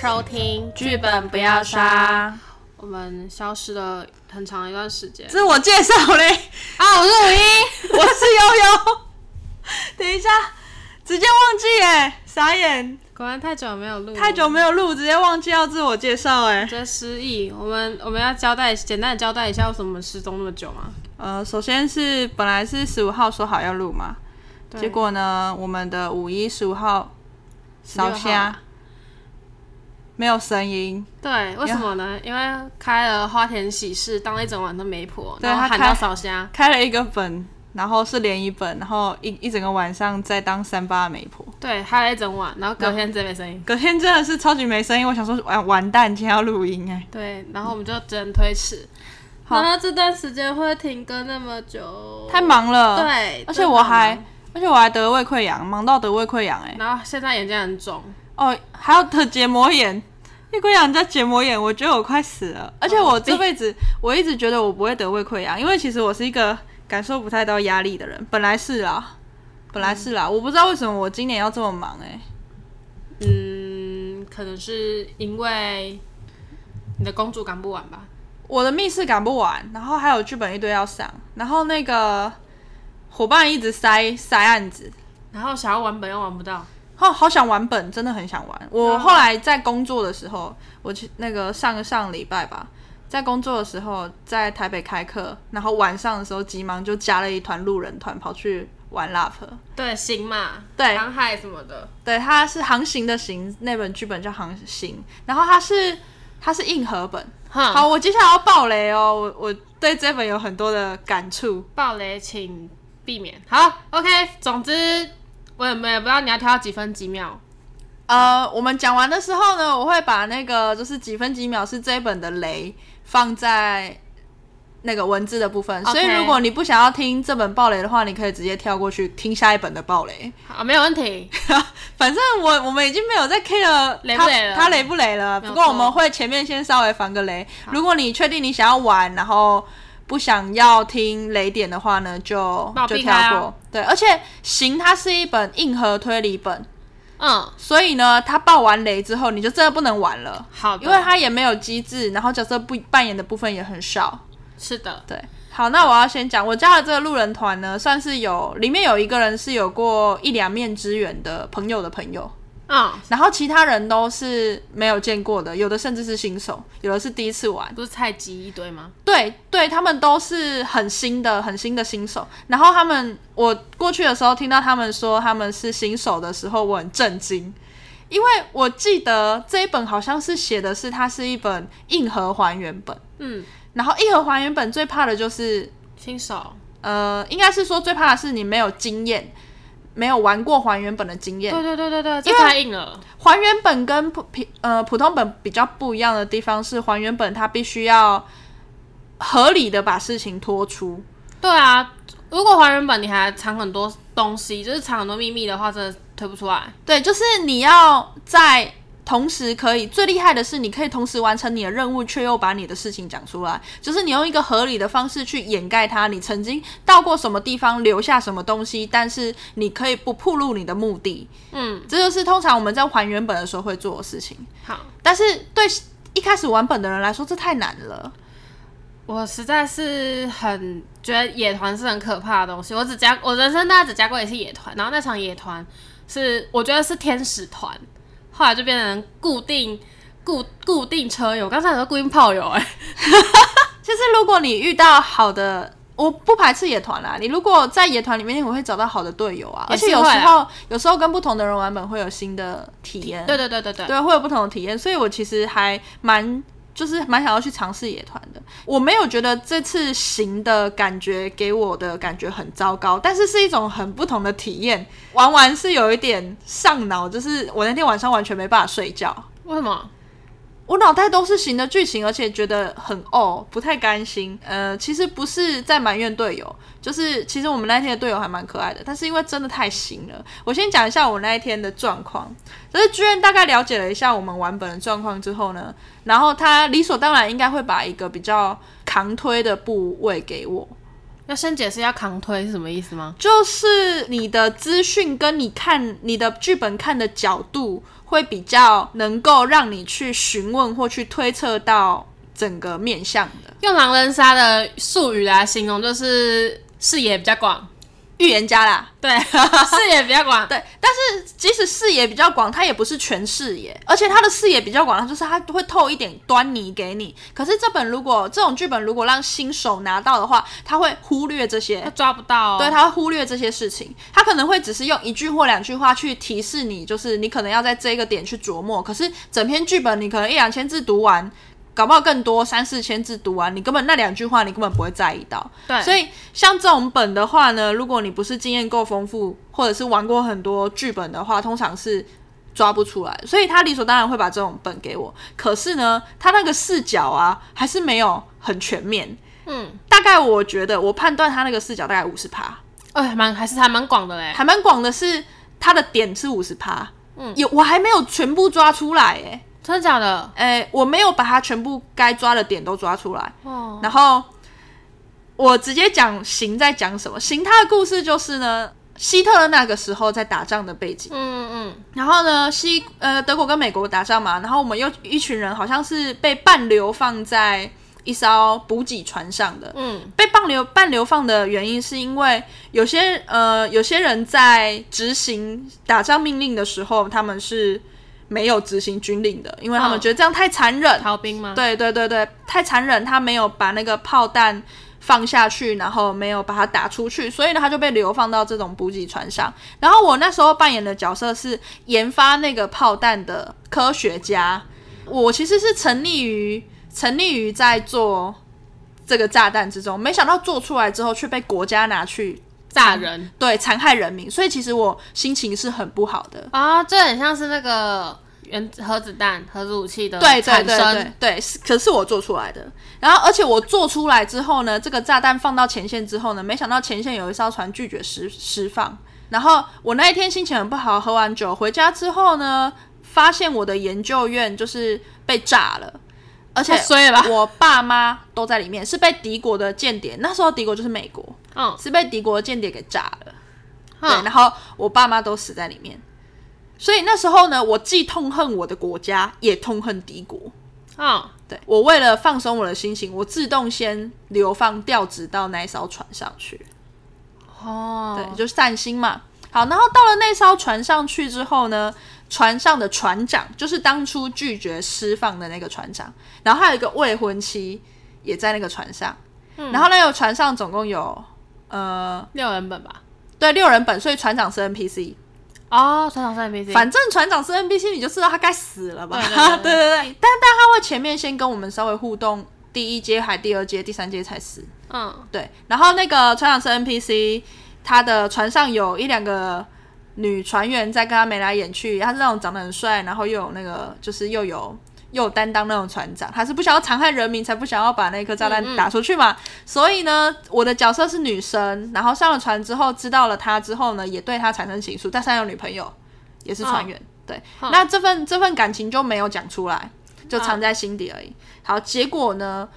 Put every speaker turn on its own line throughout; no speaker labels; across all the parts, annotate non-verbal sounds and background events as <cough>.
收听，
剧本不要杀，
我们消失了很长一段时间
自我介绍 <laughs> 嘞，
啊！我是五一，
我是悠悠。 <laughs> 等一下，直接忘记耶，傻眼，
果然太久没有录，
太久没有录，直接忘记要自我介绍哎。
这失忆。我们我们要交代，简单的交代一下为什么我们失踪那么久吗？
呃，首先是本来是十五号说好要录嘛，
对
结果呢，我们的五一十五号烧
16号
虾
啊
没有声音，
对，为什么呢？因为开了花田喜事，当了一整晚都没婆，
对
然后
他
喊到
开
扫虾，
开了一个本，然后是连一本，然后一一整个晚上在当三八媒婆。
对，嗨了一整晚，然后隔天真没声音。
隔天真的是超级没声音，我想说完完蛋，今天要录音哎、
对，然后我们就只能推迟。
好
然后这段时间会停更那么久，
太忙了。，
对，
而
真
且
的
我
好
还
忙，
而且我还得胃溃疡，忙到得胃溃疡哎。
然后现在眼睛很肿，
哦，还有得结膜炎，胃溃疡加结膜炎，我觉得我快死了。而且我这辈子我一直觉得我不会得胃溃疡，因为其实我是一个感受不太到压力的人，本来是啦，本来是啦，我不知道为什么我今年要这么忙哎、
嗯，可能是因为你的公主赶不完吧。
我的密室赶不完，然后还有剧本一堆要上，然后那个伙伴一直塞塞案子，
然后想要玩本又玩不到，
好好想玩本，真的很想玩。我
嗯
后来在工作的时候，我去那个上上礼拜吧，在工作的时候在台北开课，然后晚上的时候急忙就加了一团路人团跑去玩 LAP。
对，行嘛，
对
航海什么的，
对，它是航行的行，那本剧本叫航行，然后它是它是硬核本。
哼
好，我接下来要爆雷哦，我我对这本有很多的感触。
暴雷请避免。好，OK，总之我也没有不知道你要挑几分几秒，
呃，我们讲完的时候呢，我会把那个就是几分几秒是这一本的雷放在那个文字的部分
OK
所以如果你不想要听这本暴雷的话，你可以直接跳过去听下一本的暴雷。
好，没有问
<laughs>
题。
反正我我们已经没有在 care
雷不
他
雷了
他雷不雷了，
没有
不过
错
我们会前面先稍微防个雷。如果你确定你想要玩，然后不想要听雷点的话呢，就
那我
就
避
跳
开啊
过。对，而且《行》它是一本硬核推理本，
嗯，
所以呢，他爆完雷之后，你就真的不能玩了，
好的，
因为他也没有机制，然后角色不扮演的部分也很少。
是的，
对，好，那我要先讲，我加的这个路人团呢，算是有里面有一个人是有过一两面之缘的朋友的朋友，
嗯，
然后其他人都是没有见过的，有的甚至是新手，有的是第一次玩。
不是菜鸡一堆吗？
对对，他们都是很新的、很新的新手。然后他们，我过去的时候听到他们说他们是新手的时候，我很震惊，因为我记得这一本好像是写的是它是一本硬核还原本，
嗯，
然后硬核还原本最怕的就是，
新手，
呃，应该是说最怕的是你没有经验，没有玩过还原本的经验
对。对对对对，这
因为
太硬了，
还原本跟普平呃普通本比较不一样的地方是，还原本它必须要合理的把事情拖出。
对啊。如果还原本你还藏很多东西，就是藏很多秘密的话，真的推不出来。
对，就是你要在同时可以最厉害的是，你可以同时完成你的任务，却又把你的事情讲出来。就是你用一个合理的方式去掩盖它，你曾经到过什么地方，留下什么东西，但是你可以不暴露你的目的。
嗯，
这就是通常我们在还原本的时候会做的事情。
好，
但是对一开始玩本的人来说，这太难了。
我实在是很觉得野团是很可怕的东西。我只加我人生大概只加过一次野团，然后那场野团是我觉得是天使团，后来就变成固定固固定车友，刚才很多固定炮友哎、
就是如果你遇到好的，我不排斥野团啦。你如果在野团里面，你会找到好的队友啊，而
也是
且有
会
时
啊
候有时候跟不同的人玩本会有新的体
<laughs>
验，
对对对对对，
对，会有不同的体验。所以我其实还蛮就是蛮想要去尝试野团的。我没有觉得这次行的感觉给我的感觉很糟糕，但是是一种很不同的体验。玩完是有一点上脑，就是我那天晚上完全没办法睡觉。
为什么？
我脑袋都是行的剧情，而且觉得很哦，不太甘心。呃，其实不是在埋怨队友，就是其实我们那天的队友还蛮可爱的，但是因为真的太行了，我先讲一下我那一天的状况。就是居然大概了解了一下我们玩本的状况之后呢，然后他理所当然应该会把一个比较扛推的部位给我，
要先解释一下扛推是什么意思吗？
就是你的资讯跟你看你的剧本看的角度会比较能够让你去询问或去推测到整个面向的
用狼人杀的术语来形容，就是视野比较广，
预言家啦。
对， <laughs> 视野比较广，
对，但是即使视野比较广，它也不是全视野，而且它的视野比较广，它就是它会透一点端倪给你。可是这本如果这种剧本如果让新手拿到的话，他会忽略这些
他，抓不到、哦。
对，他会忽略这些事情，他可能会只是用一句或两句话去提示你，就是你可能要在这个点去琢磨。可是整篇剧本你可能一两千字读完，搞不好更多三四千字读完，你根本那两句话你根本不会在意到。
对，
所以像这种本的话呢，如果你不是经验够丰富，或者是玩过很多剧本的话，通常是抓不出来。所以他理所当然会把这种本给我。可是呢，他那个视角啊，还是没有很全面。
嗯，
大概我觉得，我判断他那个视角大概五十趴，
哎，蛮还是还蛮广的嘞。
还蛮广的是他的点是五十趴。
嗯
有我还没有全部抓出来、欸，
真的假的？
哎、我没有把他全部该抓的点都抓出来。
哦，
然后我直接讲邢在讲什么。邢他的故事就是呢，希特勒那个时候在打仗的背景。
嗯嗯
然后呢，西呃德国跟美国打仗嘛，然后我们又一群人好像是被半流放在一艘补给船上的。
嗯
被半流半流放的原因是因为有些呃有些人在执行打仗命令的时候，他们是没有执行军令的，因为他们
嗯
觉得这样太残忍
嗯，，逃兵吗？，
对对对对，太残忍，他没有把那个炮弹放下去，然后没有把它打出去，所以呢，他就被流放到这种补给船上。然后我那时候扮演的角色是研发那个炮弹的科学家，我其实是沉溺于沉溺于在做这个炸弹之中，没想到做出来之后却被国家拿去。
炸人
对，残害人民，所以其实我心情是很不好的。
啊，这很像是那个原子核子弹、核子武器的
对对
产
对
生
对。对，是可是我做出来的。然后，而且我做出来之后呢，这个炸弹放到前线之后呢，没想到前线有一艘船拒绝释释放。然后我那一天心情很不好，喝完酒回家之后呢，发现我的研究院就是被炸了，而且
太衰了吧
我爸妈都在里面，是被敌国的间谍。那时候敌国就是美国，
嗯，
是被敌国的间谍给炸了。对，
哼
然后我爸妈都死在里面。所以那时候呢，我既痛恨我的国家，也痛恨敌国。
嗯，
对我为了放松我的心情，我自动先流放调职到那一艘船上去，
哦，
对，就散心嘛。好，然后到了那艘船上去之后呢，船上的船长就是当初拒绝释放的那个船长，然后还有一个未婚妻也在那个船上，
嗯
然后那个船上总共有呃
六人本吧。
对六人本，所以船长是 NPC，
哦，船长三 NPC，
反正船长是 NPC，你就知道他该死了吧？
对对对
<laughs> 对对但但他会前面先跟我们稍微互动，第一阶还第二阶、第三阶才死。
嗯
对，然后那个船长是 NPC，他的船上有一两个女船员在跟他眉来眼去，他是那种长得很帅，然后又有那个就是又有又有担当那种船长，他是不想要残害人民，才不想要把那颗炸弹
嗯
打出去嘛。所以呢，我的角色是女生，然后上了船之后知道了他之后呢，也对他产生情愫，但是他有女朋友，也是船员。对，
嗯
那这份这份感情就没有讲出来，就藏在心底而已。好，结果呢，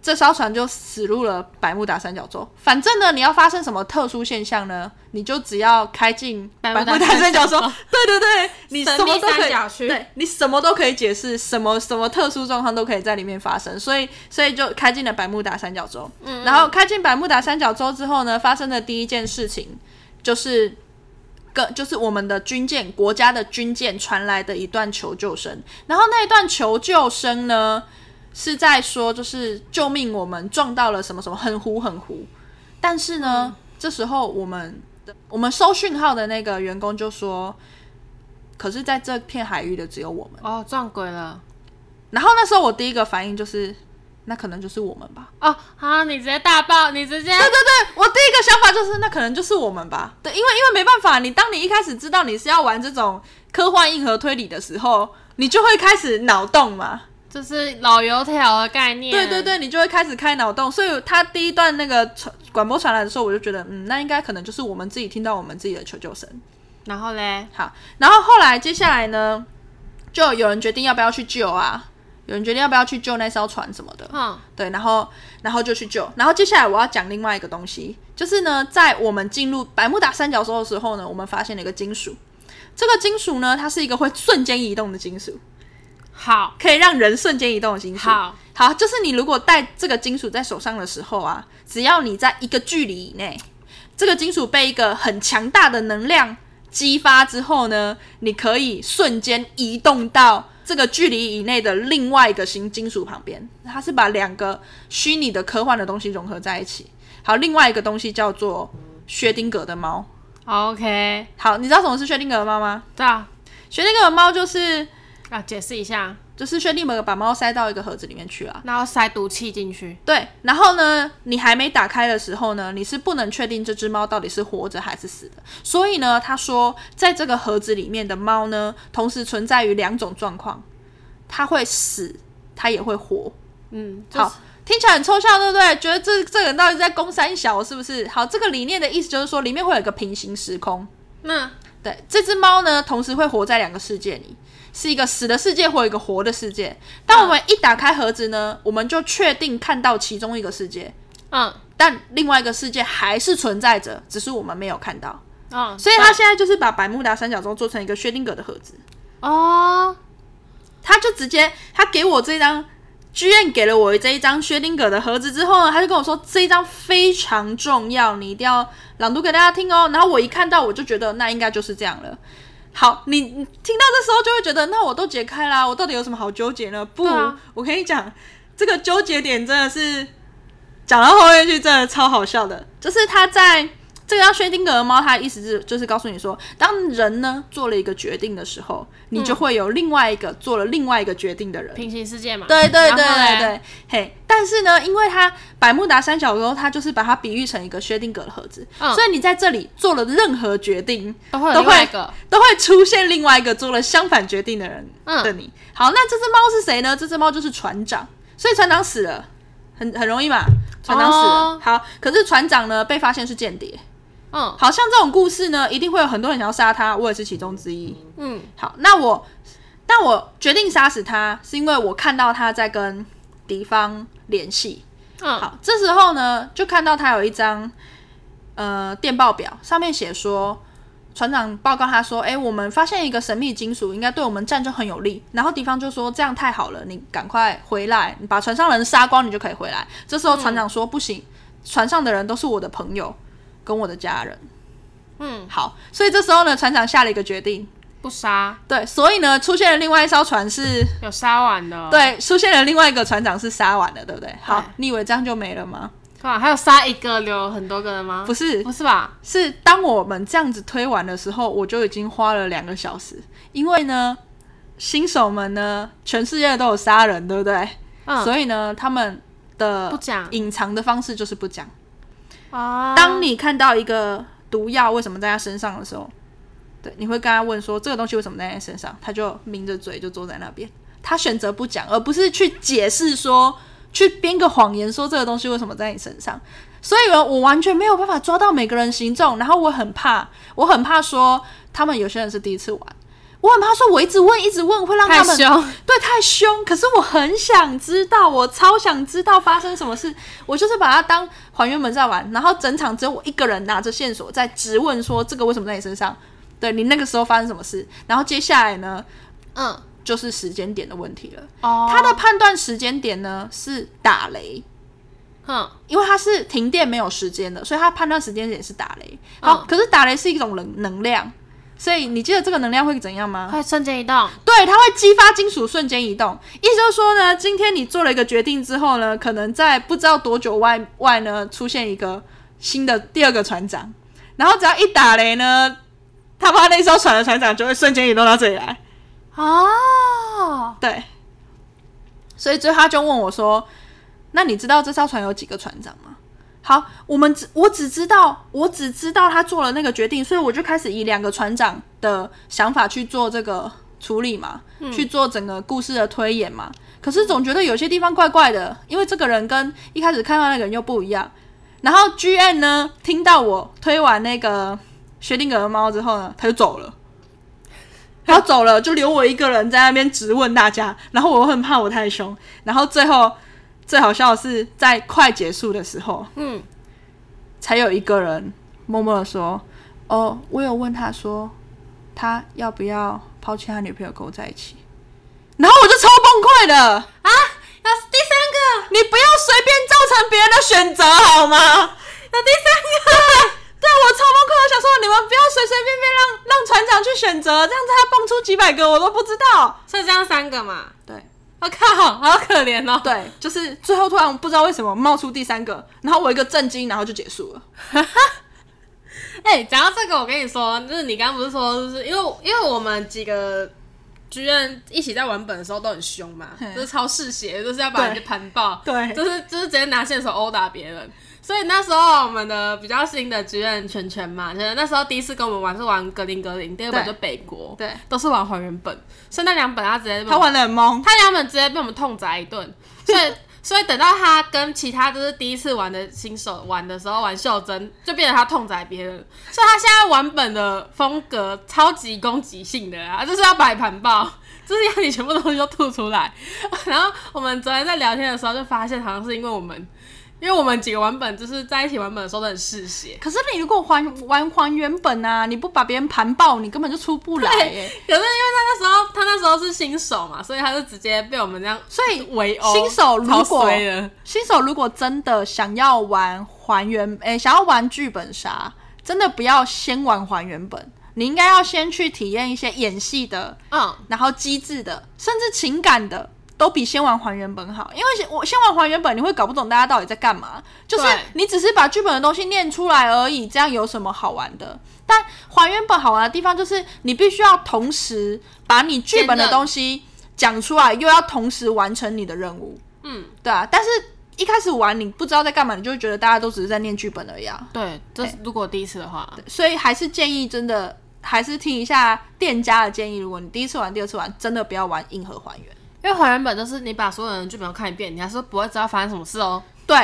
这艘船就驶入了百慕达三角洲。反正呢，你要发生什么特殊现象呢，你就只要开进百
百
慕
慕达
达三角洲
三角洲，
对 <laughs> 对对，你
神
什么
秘
都可
三
以
角，区
对你什么都可以解释，什么什么特殊状况都可以在里面发生。所以，所以就开进了百慕达三角洲。
嗯
然后开进百慕达三角洲之后呢，发生的第一件事情就是。跟就是我们的军舰，国家的军舰传来的一段求救声，然后那一段求救声呢，是在说就是救命，我们撞到了什么什么，很糊很糊。但是呢，这时候我们的我们收讯号的那个员工就说，可是在这片海域的只有我们。
哦撞鬼了
然后那时候我第一个反应就是，那可能就是我们吧。
哦，好，你直接大爆，你 <laughs> 直接
对对对，我第一个想法就是，那可能就是我们吧。对，因为因为没办法，你当你一开始知道你是要玩这种科幻硬核推理的时候，你就会开始脑洞嘛。
就是老油条的概念，
对对对，你就会开始开脑洞。所以他第一段那个传广播传来的时候，我就觉得，嗯，那应该可能就是我们自己听到我们自己的求救声。
然后嘞，
好，然后后来接下来呢，就有人决定要不要去救啊。有人决定要不要去救那艘船什么的。
嗯，
对，然后然后就去救。然后接下来我要讲另外一个东西，就是呢，在我们进入百慕达三角洲的时候呢，我们发现了一个金属。这个金属呢，它是一个会瞬间移动的金属，
好，
可以让人瞬间移动的金属。
好，
好，就是你如果戴这个金属在手上的时候啊，只要你在一个距离以内，这个金属被一个很强大的能量激发之后呢，你可以瞬间移动到这个距离以内的另外一个新金属旁边。它是把两个虚拟的科幻的东西融合在一起。好，另外一个东西叫做薛丁格的猫。
OK，
好，你知道什么是薛丁格的猫吗？
对啊，
薛丁格的猫就是
啊，解释一下，
就是薛丁格把猫塞到一个盒子里面去啊。
然后塞毒气进去，
对，然后呢，你还没打开的时候呢，你是不能确定这只猫到底是活着还是死的。所以呢，他说，在这个盒子里面的猫呢，同时存在于两种状况，它会死，它也会活。
嗯，就
好
是，，
听起来很抽象，对不对？觉得这这个人到底在攻三小是不是？好，这个理念的意思就是说，里面会有一个平行时空。
那
对，这只猫呢，同时会活在两个世界里，是一个死的世界或一个活的世界。当我们一打开盒子呢，我们就确定看到其中一个世界。
嗯
但另外一个世界还是存在着，只是我们没有看到。
嗯，
所以他现在就是把百慕达三角洲做成一个薛定谔的盒子，
哦，
他就直接他给我这张。剧院给了我这一张薛定谔的盒子之后呢，他就跟我说这一张非常重要，你一定要朗读给大家听哦。然后我一看到我就觉得那应该就是这样了。好，你你听到这时候就会觉得，那我都解开啦，我到底有什么好纠结呢？不，
对啊
我跟你讲，这个纠结点真的是讲到后面去真的超好笑的，就是他在这个叫薛定谔的猫，它的意思是就是告诉你说，当人呢做了一个决定的时候，你就会有另外一个做了另外一个决定的人。
平行世界嘛，
对对对
然
对
后嘞，
对，嘿，但是呢，因为它百慕达三角洲，它就是把它比喻成一个薛定谔的盒子，
嗯
所以你在这里做了任何决定，
都会有
都
另外一
会
个，
都会出现另外一个做了相反决定的人
嗯
的你。好，那这只猫是谁呢？这只猫就是船长，所以船长死了，很很容易嘛。船长死了，
哦
好，可是船长呢被发现是间谍，
嗯
好像这种故事呢，一定会有很多人想要杀他，我也是其中之一。
嗯
好，那我但我决定杀死他，是因为我看到他在跟敌方联系。
嗯，
好，这时候呢，就看到他有一张呃电报表，上面写说，船长报告他说，哎、我们发现一个神秘金属，应该对我们战争很有利。然后敌方就说，这样太好了，你赶快回来，你把船上人杀光，你就可以回来。这时候船长说，不行，船上的人都是我的朋友跟我的家人。
嗯，
好，所以这时候呢，船长下了一个决定。
不杀，
对，所以呢，出现了另外一艘船是，
有杀完的，
对，出现了另外一个船长是杀完了，对不对？好
对，
你以为这样就没了吗？
干嘛还有杀一个留很多个的吗？
不是，
不是吧？
是当我们这样子推完的时候，我就已经花了两个小时，因为呢，新手们呢，全世界都有杀人，对不对？
嗯，
所以呢，他们
不
的
讲
隐藏的方式就是不讲。
啊，
当你看到一个毒药为什么在他身上的时候，对，你会跟他问说这个东西为什么在他身上，他就抿着嘴就坐在那边，他选择不讲，而不是去解释说，去编个谎言说这个东西为什么在你身上。所以呢，我完全没有办法抓到每个人行踪，然后我很怕，我很怕说他们有些人是第一次玩，我很怕说我一直问一直问会让
太
他们
凶，
对，太凶。可是我很想知道，我超想知道发生什么事。我就是把它当还原本在玩，然后整场只有我一个人拿着线索在质问说这个为什么在你身上？对你那个时候发生什么事？然后接下来呢，
嗯，
就是时间点的问题了。
哦，
他的判断时间点呢是打雷，
嗯
因为它是停电没有时间的，所以它判断时间点是打雷。好，
嗯
可是打雷是一种能能量，所以你记得这个能量会怎样吗？
会瞬间移动，
对，它会激发金属瞬间移动。意思就是说呢，今天你做了一个决定之后呢，可能在不知道多久外外呢，出现一个新的第二个船长，然后只要一打雷呢，他妈那艘船的船长就会瞬间移动到这里来。
哦，
对，所以最后他就问我说：“那你知道这艘船有几个船长吗？”好，我们只我只知道我只知道他做了那个决定，所以我就开始以两个船长的想法去做这个处理嘛，去做整个故事的推演嘛。可是总觉得有些地方怪怪的，因为这个人跟一开始看到那个人又不一样。然后 G N 呢，听到我推完那个薛定谔的猫之后呢，他就走了。然后走了，就留我一个人在那边质问大家，然后我又很怕我太凶，然后最后最好笑的是在快结束的时候，
嗯，
才有一个人默默的说：“哦，我有问他说，他要不要抛弃他女朋友跟我在一起？”然后我就超崩溃的，
啊，要第三个，
你不要随便造成别人的选择好吗？
要第三个，
<laughs> 对我超崩溃，我想说你们不要随随便便让让船长去选择，这样子他蹦出几百个我都不知道。
所以这样三个嘛。
对
我靠，好可怜哦。
对，就是最后突然不知道为什么冒出第三个，然后我一个震惊，然后就结束了。
<laughs> 哎、讲到这个，我跟你说，就是你刚刚不是说，就是因为因为我们几个剧院一起在玩本的时候都很凶嘛，
嗯
就是超嗜血，就是要把人家
对
盘爆，
对
就是就是直接拿线索殴打别人。所以那时候我们的比较新的剧院圈圈嘛，就是那时候第一次跟我们玩是玩格林格林，第二本
对
就北国，
对，
都是玩还原本，所以那两本他直接被我
他
们
玩的很懵，
他两本直接被我们痛宰一顿，所以 <laughs> 所以等到他跟其他就是第一次玩的新手玩的时候玩袖珍，就变成他痛宰别人，所以他现在玩本的风格超级攻击性的啊，就是要摆盘爆。就是要你全部东西都吐出来，然后我们昨天在聊天的时候就发现，好像是因为我们，因为我们几个玩本就是在一起玩本的时候都很嗜血，
可是你如果还玩还原本啊，你不把别人盘爆，你根本就出不来、耶。
可是因为他那时候他那时候是新手嘛，所以他就直接被我们这样
所以
围殴。
新手如
超
果
衰的
新手如果真的想要玩还原，诶、想要玩剧本杀，真的不要先玩还原本，你应该要先去体验一些演戏的，
嗯，
然后机智的，甚至情感的。都比先玩还原本好，因为先我先玩还原本，你会搞不懂大家到底在干嘛。就是
对
你只是把剧本的东西念出来而已，这样有什么好玩的？但还原本好玩的地方就是，你必须要同时把你剧本的
兼任
东西讲出来，又要同时完成你的任务。
嗯，
对啊，但是一开始玩你不知道在干嘛，你就会觉得大家都只是在念剧本而已啊。
对，这是如果第一次的话，
所以还是建议真的还是听一下店家的建议，如果你第一次玩、第二次玩，真的不要玩硬核还原。
因为还原本就是你把所有人的剧本都看一遍，你还是不会知道发生什么事哦。 <laughs>
对，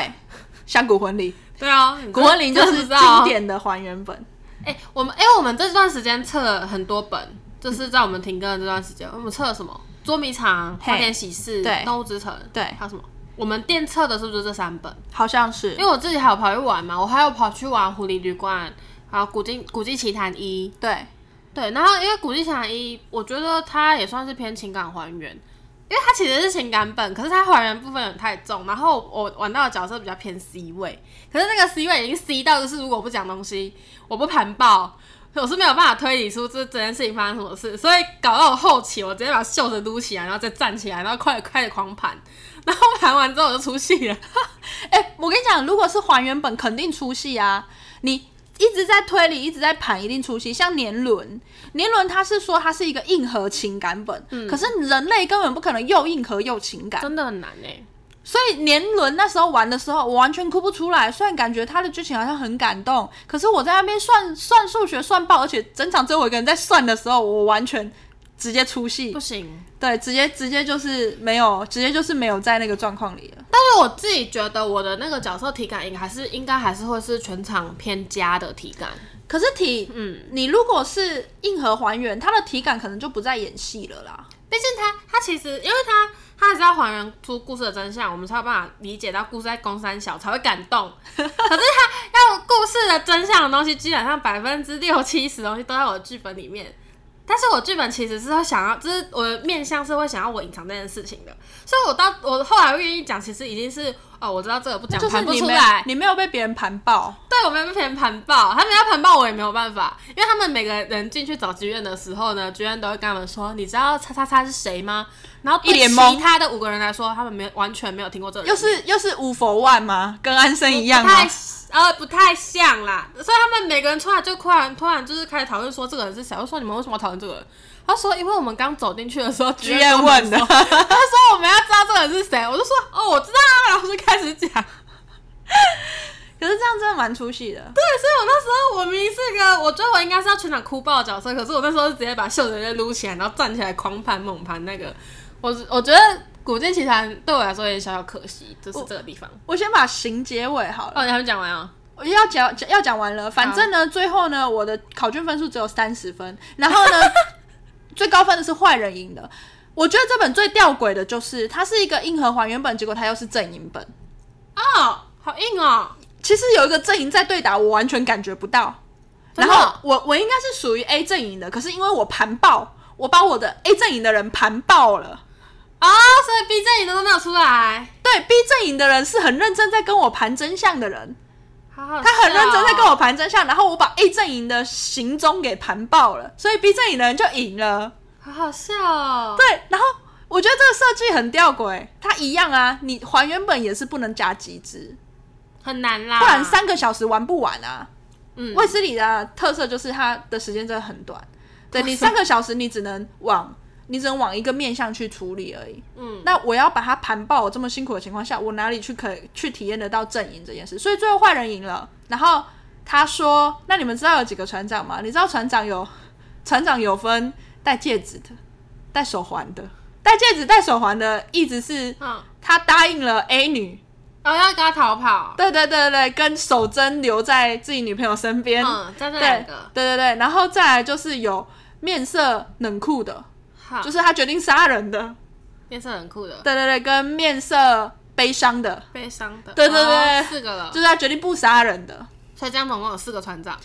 像古魂里，
对啊，
古魂里就
真的
是
不知道
经。典的还原本。
哎、我们哎、我们这段时间测了很多本，就是在我们停更的这段时间，我们测了什么？捉迷藏、
嘿
花田喜事、
对
动物之城，
对
还有什么？我们电测的是不是这三本？
好像是
因为我自己还有跑去玩嘛，我还有跑去玩狐狸旅馆，还有古今古迹奇谭一，
对，
对，然后因为《古迹侠一》，我觉得它也算是偏情感还原，因为它其实是情感本，可是它还原部分有点太重。然后我玩到的角色比较偏 C 位，可是那个 C 位已经 C 到，就是如果我不讲东西，我不盘爆，我是没有办法推理出这整件事情发生什么事。所以搞到我后期，我直接把袖子撸起来，然后再站起来，然后快开始狂盘， <laughs> 然后盘完之后我就出戏了。
哎、我跟你讲，如果是还原本，肯定出戏啊！你一直在推理，一直在盘，一定出戏。像年轮，年轮它是说它是一个硬核情感本，
嗯
可是人类根本不可能又硬核又情感，
真的很难哎、
所以年轮那时候玩的时候，我完全哭不出来。虽然感觉它的剧情好像很感动，可是我在那边算算数学算爆，而且整场只有我一个人在算的时候，我完全直接出戏
不，行。
对，直接直接就是没有，直接就是没有在那个状况里了。
但是我自己觉得我的那个角色体感应还是应该还是会是全场偏佳的体感，
可是体
嗯，
你如果是硬核还原，它的体感可能就不再演戏了啦。
毕竟他他其实因为他他还是要还原出故事的真相，我们才有办法理解到故事在公三小才会感 <laughs> 动。可是他要故事的真相的东西，基本上百分之六七十东西都在我的剧本里面。但是我剧本其实是会想要，就是我的面向是会想要我隐藏这件事情的，所以我到我后来会愿意讲，其实已经是哦，我知道这个不讲
就是
盘不
你
出
没
来，
你没有被别人盘爆，
对，我们被别人盘爆，他们要盘爆我也没有办法，因为他们每个人进去找剧院的时候呢，剧院都会跟他们说，你知道叉叉叉是谁吗？然后对
一脸懵
其他的五个人来说，他们没有完全没有听过这个人，
又是又是五佛万吗？跟安生一样啊
不太
吗？
呃不太像啦，所以他们每个人出来就突然突然就是开始讨论说这个人是谁，我说你们为什么要讨论这个人？他说因为我们刚走进去的时候，
剧院问的
他说我们要知道这个人是谁，我就说哦我知道啊，然后就开始讲。
可是这样真的蛮出戏的。
对，所以我那时候我明明是个，我觉得我应该是要全场哭爆的角色，可是我那时候是直接把袖子给撸起来，然后站起来狂盘猛盘那个，我我觉得《古剑奇谭》对我来说有点小小可惜，就是这个地方。
我先把行结尾好了，
哦，你还没讲完啊？
我要讲要
<laughs>
讲完了。反正呢，最后呢，我的考卷分数只有三十分，然后呢，最高分的是坏人赢的。我觉得这本最吊诡的就是，它是一个硬核还原本，结果它又是阵营本。
哦，好硬哦，
其实有一个阵营在对打，我完全感觉不到。
真
然
的
后我我应该是属于 A 阵营的，可是因为我盘爆，我把我的 A 阵营的人盘爆了。
哦，所以 B 阵营的都没有出来，
对 B 阵营的人是很认真在跟我盘真相的人，
好好笑哦、
<laughs> 他很认真在跟我盘真相，然后我把 A 阵营的行踪给盘爆了，所以 B 阵营的人就赢了。
好好笑哦。
对，然后我觉得这个设计很吊诡，它一样啊，你还原本也是不能加机制，
很难啦，
不然三个小时玩不完啊。
啊嗯
卫斯理的特色就是它的时间真的很短，对你三个小时你只能往你只能往一个面向去处理而已。
嗯
那我要把它盘爆，我这么辛苦的情况下，我哪里去可以去体验得到阵营这件事？所以最后坏人赢了。然后他说：“那你们知道有几个船长吗？你知道船长有船长有分戴戒指的、戴手环的。戴戒指、戴手环的意思是
嗯，
他答应了 A 女，
哦要跟他逃跑，
对对对对，跟守贞留在自己女朋友身边。
嗯，在这
对
两
对
个
对对，然后再来就是有面色冷酷的，
好，
就是是他决定杀人的。
变色很酷的，
对对对，跟面色悲伤的。”
悲伤的，
对对
哦
对
四个了
就，是他决定不杀人的。
所以这样总共有四个船长，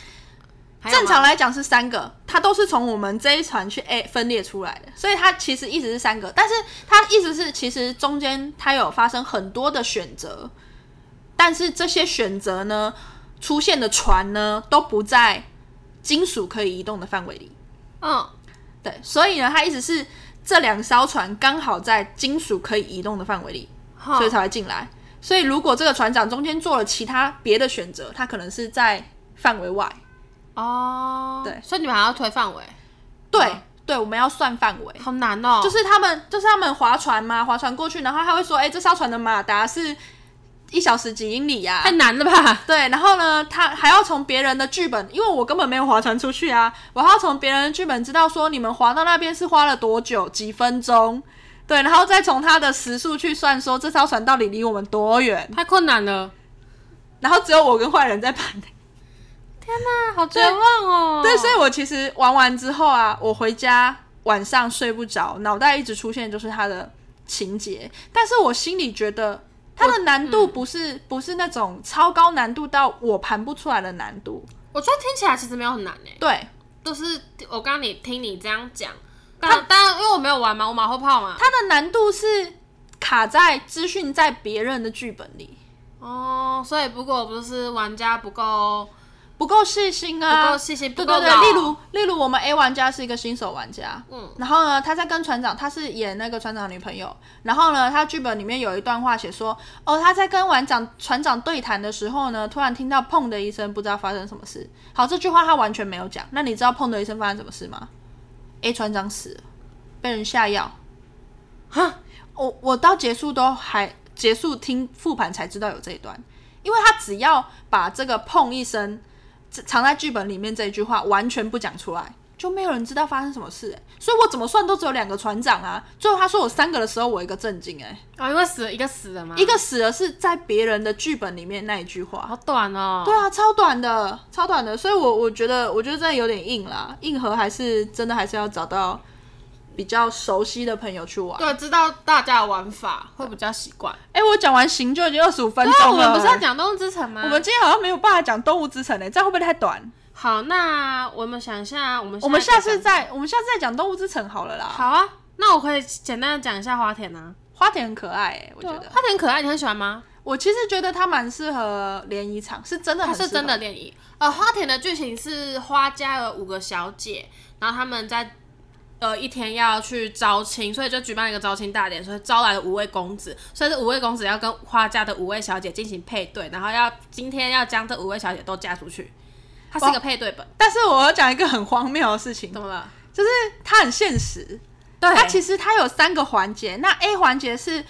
还有吗
正常来讲是三个，他都是从我们这一船去 A 分裂出来的，所以他其实一直是三个。但是他意思是，其实中间他有发生很多的选择，但是这些选择呢，出现的船呢都不在金属可以移动的范围里。
嗯，
对，所以呢，他意思是这两艘船刚好在金属可以移动的范围里，
好
所以才会进来。所以如果这个船长中间做了其他别的选择，他可能是在范围外。
哦，
对
所以你们还要推范围，
对、
嗯
对，我们要算范围。
好难哦，
就是他们，就是他们划船嘛，划船过去，然后他会说，哎、这艘船的马达是一小时几英里呀、
太难了吧？
对，然后呢，他还要从别人的剧本，因为我根本没有划船出去啊，我还要从别人的剧本知道说你们划到那边是花了多久，几分钟，对，然后再从他的时速去算说这艘船到底离我们多远，
太困难了，
然后只有我跟坏人在盘。
啊，好绝望哦。
对，所以我其实玩完之后啊，我回家晚上睡不着，脑袋一直出现就是它的情节，但是我心里觉得它的难度不是、
嗯
不是那种超高难度到我盘不出来的难度，
我觉得听起来其实没有很难诶，
对，
就是我刚刚你听你这样讲，但但因为我没有玩嘛，我马后炮嘛，
它的难度是卡在资讯在别人的剧本里。
哦，所以如果不是玩家不够
不够细心
不
啊！
够细心，不
对
够
对
老
对，例如例如我们 A 玩家是一个新手玩家，
嗯
然后呢，他在跟船长，他是演那个船长的女朋友，然后呢，他剧本里面有一段话写说，哦，他在跟船长船长对谈的时候呢，突然听到砰的一声，不知道发生什么事。好，这句话他完全没有讲。那你知道砰的一声发生什么事吗？A 船长死了，被人下药。
哈，
我我到结束都还结束听复盘才知道有这一段，因为他只要把这个砰一声这藏在剧本里面这一句话完全不讲出来，就没有人知道发生什么事、欸。所以我怎么算都只有两个船长啊。最后他说我三个的时候，我一个震惊，哎，
啊，因为死了一个死了嘛，
一个死了是在别人的剧本里面那一句话。
好短哦，
对啊，超短的，超短的，所以我我觉得，我觉得真的有点硬啦，硬核还是真的还是要找到比较熟悉的朋友去玩。
对，知道大家的玩法会比较习惯。
哎、我讲完行就已经二十五分
对啊，
钟了。
我们不是要讲动物之城吗？
我们今天好像没有办法讲动物之城诶、这样会不会太短？
好，那我们想一下，我们
我们
现在
下
可以
次
讲
再，我们下次再讲动物之城好了啦。
好啊。那我可以简单的讲一下花田啊，
花田很可爱、欸，我觉得。
花田可爱，你很喜欢吗？
我其实觉得它蛮适合联谊场，是真的
它
很适合，
是真的电影。呃，花田的剧情是花家有五个小姐，然后她们在呃一天要去招亲，所以就举办了一个招亲大典，所以招来了五位公子，所以这五位公子要跟花家的五位小姐进行配对，然后要今天要将这五位小姐都嫁出去。它是一
哦
个配对本，
但是我要讲一个很荒谬的事情，
懂了？
就是它很现实。
对
它
它
其
其实
实它有三个环节，那 A 环节是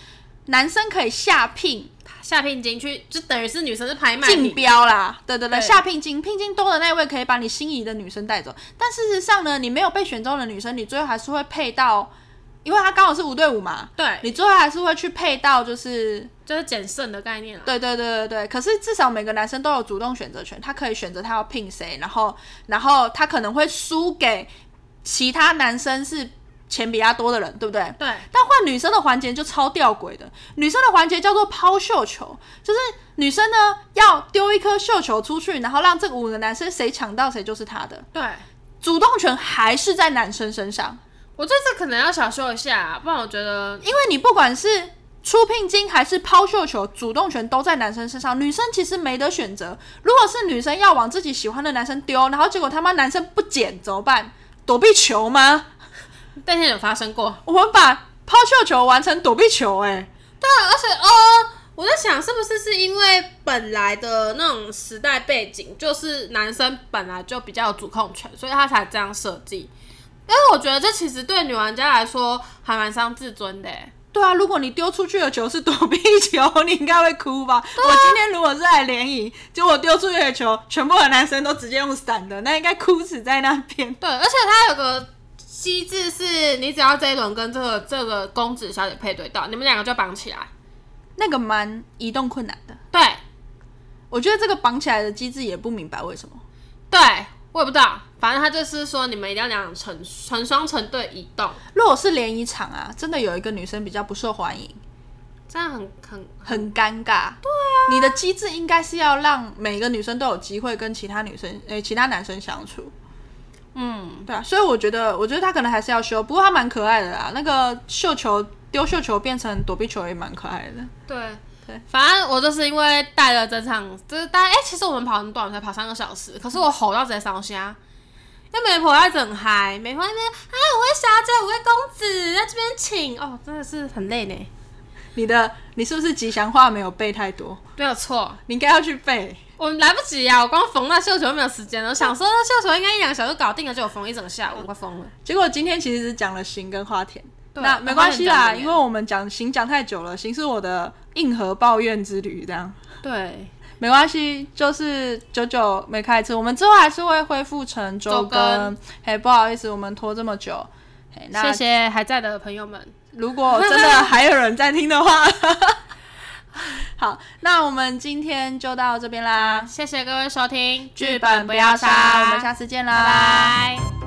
男生可以下聘
下聘金去，就等于是女生是拍卖
竞
品，
标啦，对对对，
对
下聘金，聘金多的那一位可以把你心仪的女生带走。但事实上呢，你没有被选中的女生，你最后还是会配到，因为她刚好是五对五嘛，
对，
你最后还是会去配到，就是
就是捡剩的概念了。
对对对对对。可是至少每个男生都有主动选择权，他可以选择他要聘谁，然后然后他可能会输给其他男生是钱比他多的人，对不对？
对，
但换女生的环节就超吊诡的，女生的环节叫做抛绣球，就是女生呢要丢一颗绣球出去，然后让这五个男生谁抢到谁就是他的，
对，
主动权还是在男生身上，
我觉得这可能要小修一下、不然我觉得
因为你不管是出聘金还是抛绣球，主动权都在男生身上，女生其实没得选择。如果是女生要往自己喜欢的男生丢，然后结果他妈男生不捡怎么办？躲避球吗？
那天有发生过。
我们把抛绣球玩成躲避球、欸，哎。
对，而且呃，我在想是不是是因为本来的那种时代背景，就是男生本来就比较有主控权，所以他才这样设计。但是我觉得这其实对女玩家来说还蛮伤自尊的欸。
对啊，如果你丢出去的球是躲避球，你应该会哭吧？我今天如果是来联谊，结果丢出去的球全部的男生都直接用闪的，那应该哭死在那边。
对，而且它有个机制是，你只要这一轮跟这个这个公子小姐配对到，你们两个就绑起来。
那个蛮移动困难的，
对
我觉得这个绑起来的机制也不明白为什么。
对，我也不知道，反正他就是说你们一定要两人成成双成对移动，
如果是联谊场啊，真的有一个女生比较不受欢迎，
这样很很
很尴尬。对啊，你的机制应该是要让每个女生都有机会跟其他女生、诶、其他男生相处。
嗯，
对啊，所以我觉得，我觉得他可能还是要修，不过他蛮可爱的啊啦。那个绣球丢绣球变成躲避球也蛮可爱的。
对。
对
反正我就是因为带了这场，就是带哎、其实我们跑很短，才跑三个小时，可是我吼到直接烧瞎，因为媒婆要整嗨，媒婆在那边啊，五位小姐，五位公子在这边请，哦，真的是很累呢，
你的你是不是吉祥话没有背太多？
没有错，
你应该要去背。
我来不及啊，我光缝那绣球都没有时间了，我想说那绣球应该一两个小时就搞定了，结果缝一整个下午，我快疯了。
结果今天其实只讲了行跟花田，
对
那没关系啦，
花田讲得
因为我们讲行讲太久了，行是我的硬核抱怨之旅，这样
对，
没关系，就是久久没开一次，我们之后还是会恢复成周
周更
更。嘿，不好意思，我们拖这么久。嘿那
谢谢还在的朋友们，
如果真的还有人在听的话， <laughs> 好，那我们今天就到这边啦。
谢谢各位收听，
剧本不要杀，我们
下
下次见啦，
拜拜。